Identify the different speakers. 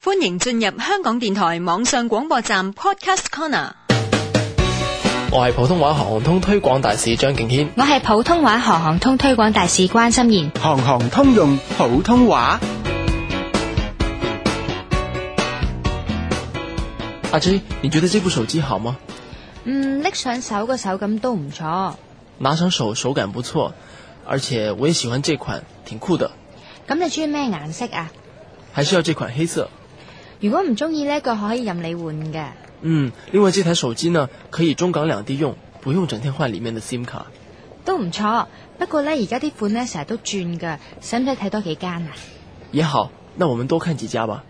Speaker 1: 欢迎进入香港电台网上广播站 Podcast Corner。
Speaker 2: 我係普通話航通推廣大使張敬軒。
Speaker 3: 我係普通話行行通推廣大使關心妍。
Speaker 4: 行行通用普通話。
Speaker 2: 阿 J，你覺得這部手機好嗎？
Speaker 3: 嗯，拎上手個手感都唔錯。
Speaker 2: 拿上手手感不錯，而且我也喜歡這款，挺酷的。
Speaker 3: 咁你中意咩顏色啊？
Speaker 2: 還是要這款黑色。
Speaker 3: 如果唔中意呢個可以任你換嘅。
Speaker 2: 嗯，另外這台手機呢，可以中港兩地用，不用整天換裡面的 SIM 卡。
Speaker 3: 都唔錯。不過呢，而家啲款呢成日都轉㗎，使唔使睇多幾間啊？
Speaker 2: 也好，那我們多看幾家吧。